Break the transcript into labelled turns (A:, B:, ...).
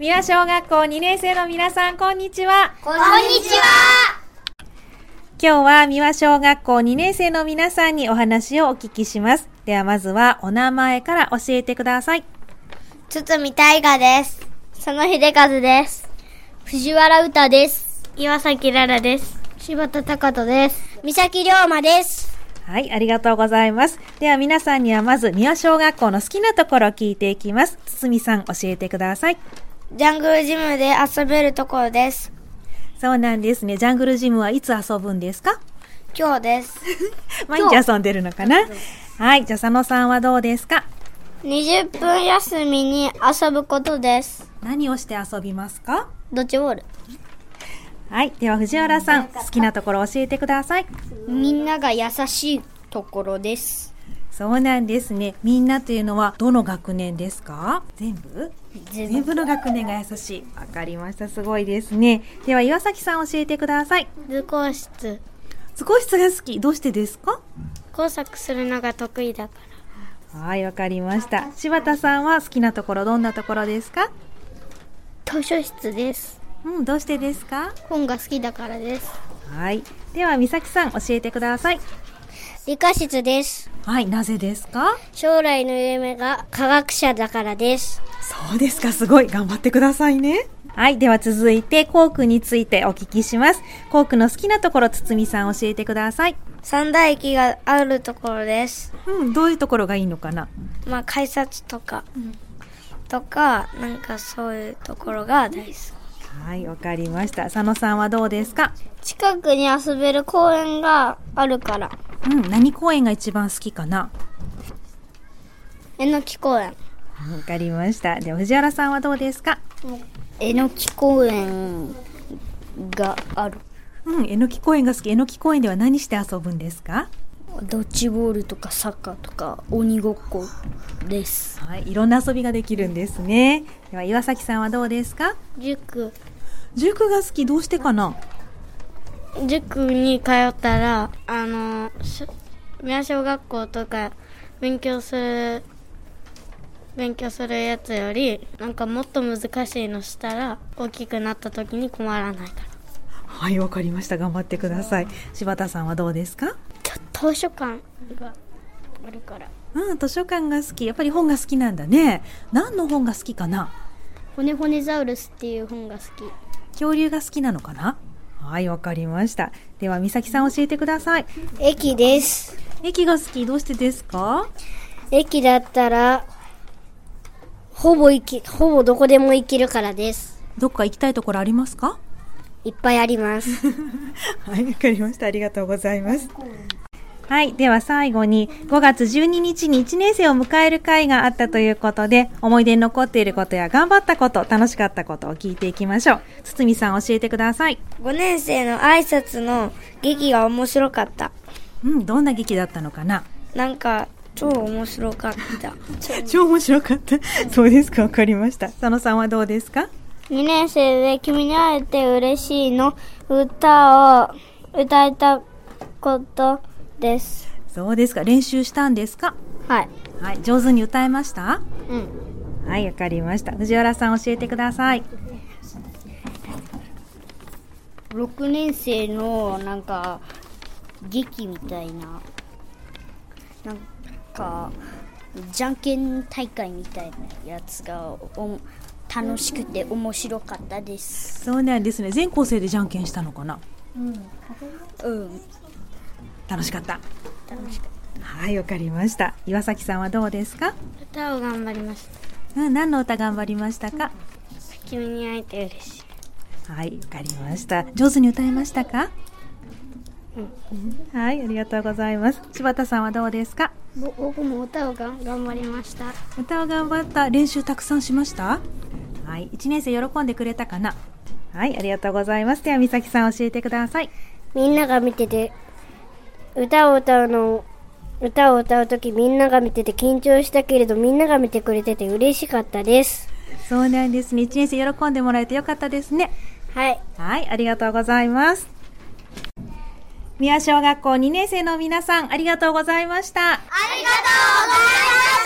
A: 三輪小学校2年生の皆さん、こんにちは。
B: こんにちは。
A: 今日は三輪小学校2年生の皆さんにお話をお聞きします。ではまずはお名前から教えてください。
B: 堤大河です。佐野秀和です。藤原歌です。岩崎ららです。柴田隆人です。三崎龍馬です。
A: はい、ありがとうございます。では皆さんにはまず三輪小学校の好きなところを聞いていきます。堤さん、教えてください。
B: ジャングルジムで遊べるところです。
A: そうなんですね。ジャングルジムはいつ遊ぶんですか
B: 今日です。
A: 毎日遊んでるのかなはい、じゃあ佐野さんはどうですか
B: 20分休みに遊ぶことです。
A: 何をして遊びますか
B: ドッジボール。
A: はい、では藤原さん、好きなところ教えてください。
B: みんなが優しいところです。
A: そうなんですね。みんなというのはどの学年ですか全部全部の学年が優しい。わかりました。すごいですね。では岩崎さん教えてください。
B: 図工室。
A: 図工室が好き。どうしてですか
B: 工作するのが得意だか。
A: はい、わかりました。柴田さんは好きなところどんなところですから
B: 図書室です。
A: うん、どうしてですか
B: 本が好きだからです。
A: はい。では、美咲さん教えてください。
B: 理科室です。
A: はい、なぜですか
B: 将来の夢が科学者だからです。
A: そうですか、すごい。頑張ってくださいね。はい、では続いて、コークについてお聞きします。コークの好きなところ、堤さん教えてください。
B: 三大駅があるところです。
A: うん、どういうところがいいのかな
B: まあ、改札とか、とか、なんかそういうところが大好き。
A: はい、わかりました。佐野さんはどうですか
B: 近くに遊べる公園があるから。
A: うん、何公園が一番好きかな
B: えのき公園。
A: うんわかりました。では、藤原さんはどうですか
B: えのき公園がある。
A: うん、えのき公園が好き。えのき公園では何して遊ぶんですか
B: ドッジボールとかサッカーとか鬼ごっこです。
A: はい、いろんな遊びができるんですね。では、岩崎さんはどうですか
B: 塾。
A: 塾が好き、どうしてかな
B: 塾に通ったらあのし宮小学校とか勉強する勉強するやつよりなんかもっと難しいのしたら大きくなった時に困らないから
A: はい、わかりました。頑張ってください。柴田さんはどうですか
B: ちょ図書館があるから
A: うん、図書館が好き。やっぱり本が好きなんだね。何の本が好きかな
B: 骨骨ザウルスっていう本が好き
A: 恐竜が好きなのかなはい、わかりました。では、美咲さん教えてください。
B: 駅です
A: 駅が好き、どうしてですか
B: 駅だったらほぼ行きほぼどこでも行けるからです
A: どっか行きたいところありますか
B: いっぱいあります
A: はい、わかりました。ありがとうございます。はい、では最後に、5月12日に1年生を迎える会があったということで、思い出に残っていることや頑張ったこと、楽しかったことを聞いていきましょう。堤さん教えてください。
B: 5年生の挨拶の劇が面白かった
A: うん、どんな劇だったのかな
B: なんか超面白か った
A: 超面白かった。そうですか、わかりました。佐野さんはどうですか
B: 2年生で「君に会えて嬉しいの」歌を歌えたことです
A: そうですか、練習したんですか
B: はい
A: はい、上手に歌えました
B: うん
A: はい、わかりました。藤原さん教えてください。
B: 6年生のなんか劇みたいななんかじゃんけん大会みたいなやつがお楽しくて面白かったです
A: そうなんですね、全校生でじゃんけんしたのかな
B: うん
A: 楽しかった。はい、わかりました。岩崎さんはどうですか
B: 歌を頑張りました
A: うん、何の歌頑張りましたか
B: 君に会えて嬉しい
A: はい、わかりました。上手に歌えましたかはい、ありがとうございます。柴田さんはどうですか
B: ぼ僕も歌をがん頑張りました
A: 歌を頑張った練習たくさんしましたはい1年生喜んでくれたかなはいありがとうございますでは美咲さん教えてください
B: みんなが見てて歌を歌うの歌を歌う時みんなが見てて緊張したけれどみんなが見てくれてて嬉しかったです
A: そうなんですね1年生喜んでもらえてよかったですね
B: はい
A: はいありがとうございます宮小学校2年生の皆さんありがとうございまし
C: あ
A: た
C: りがとうございました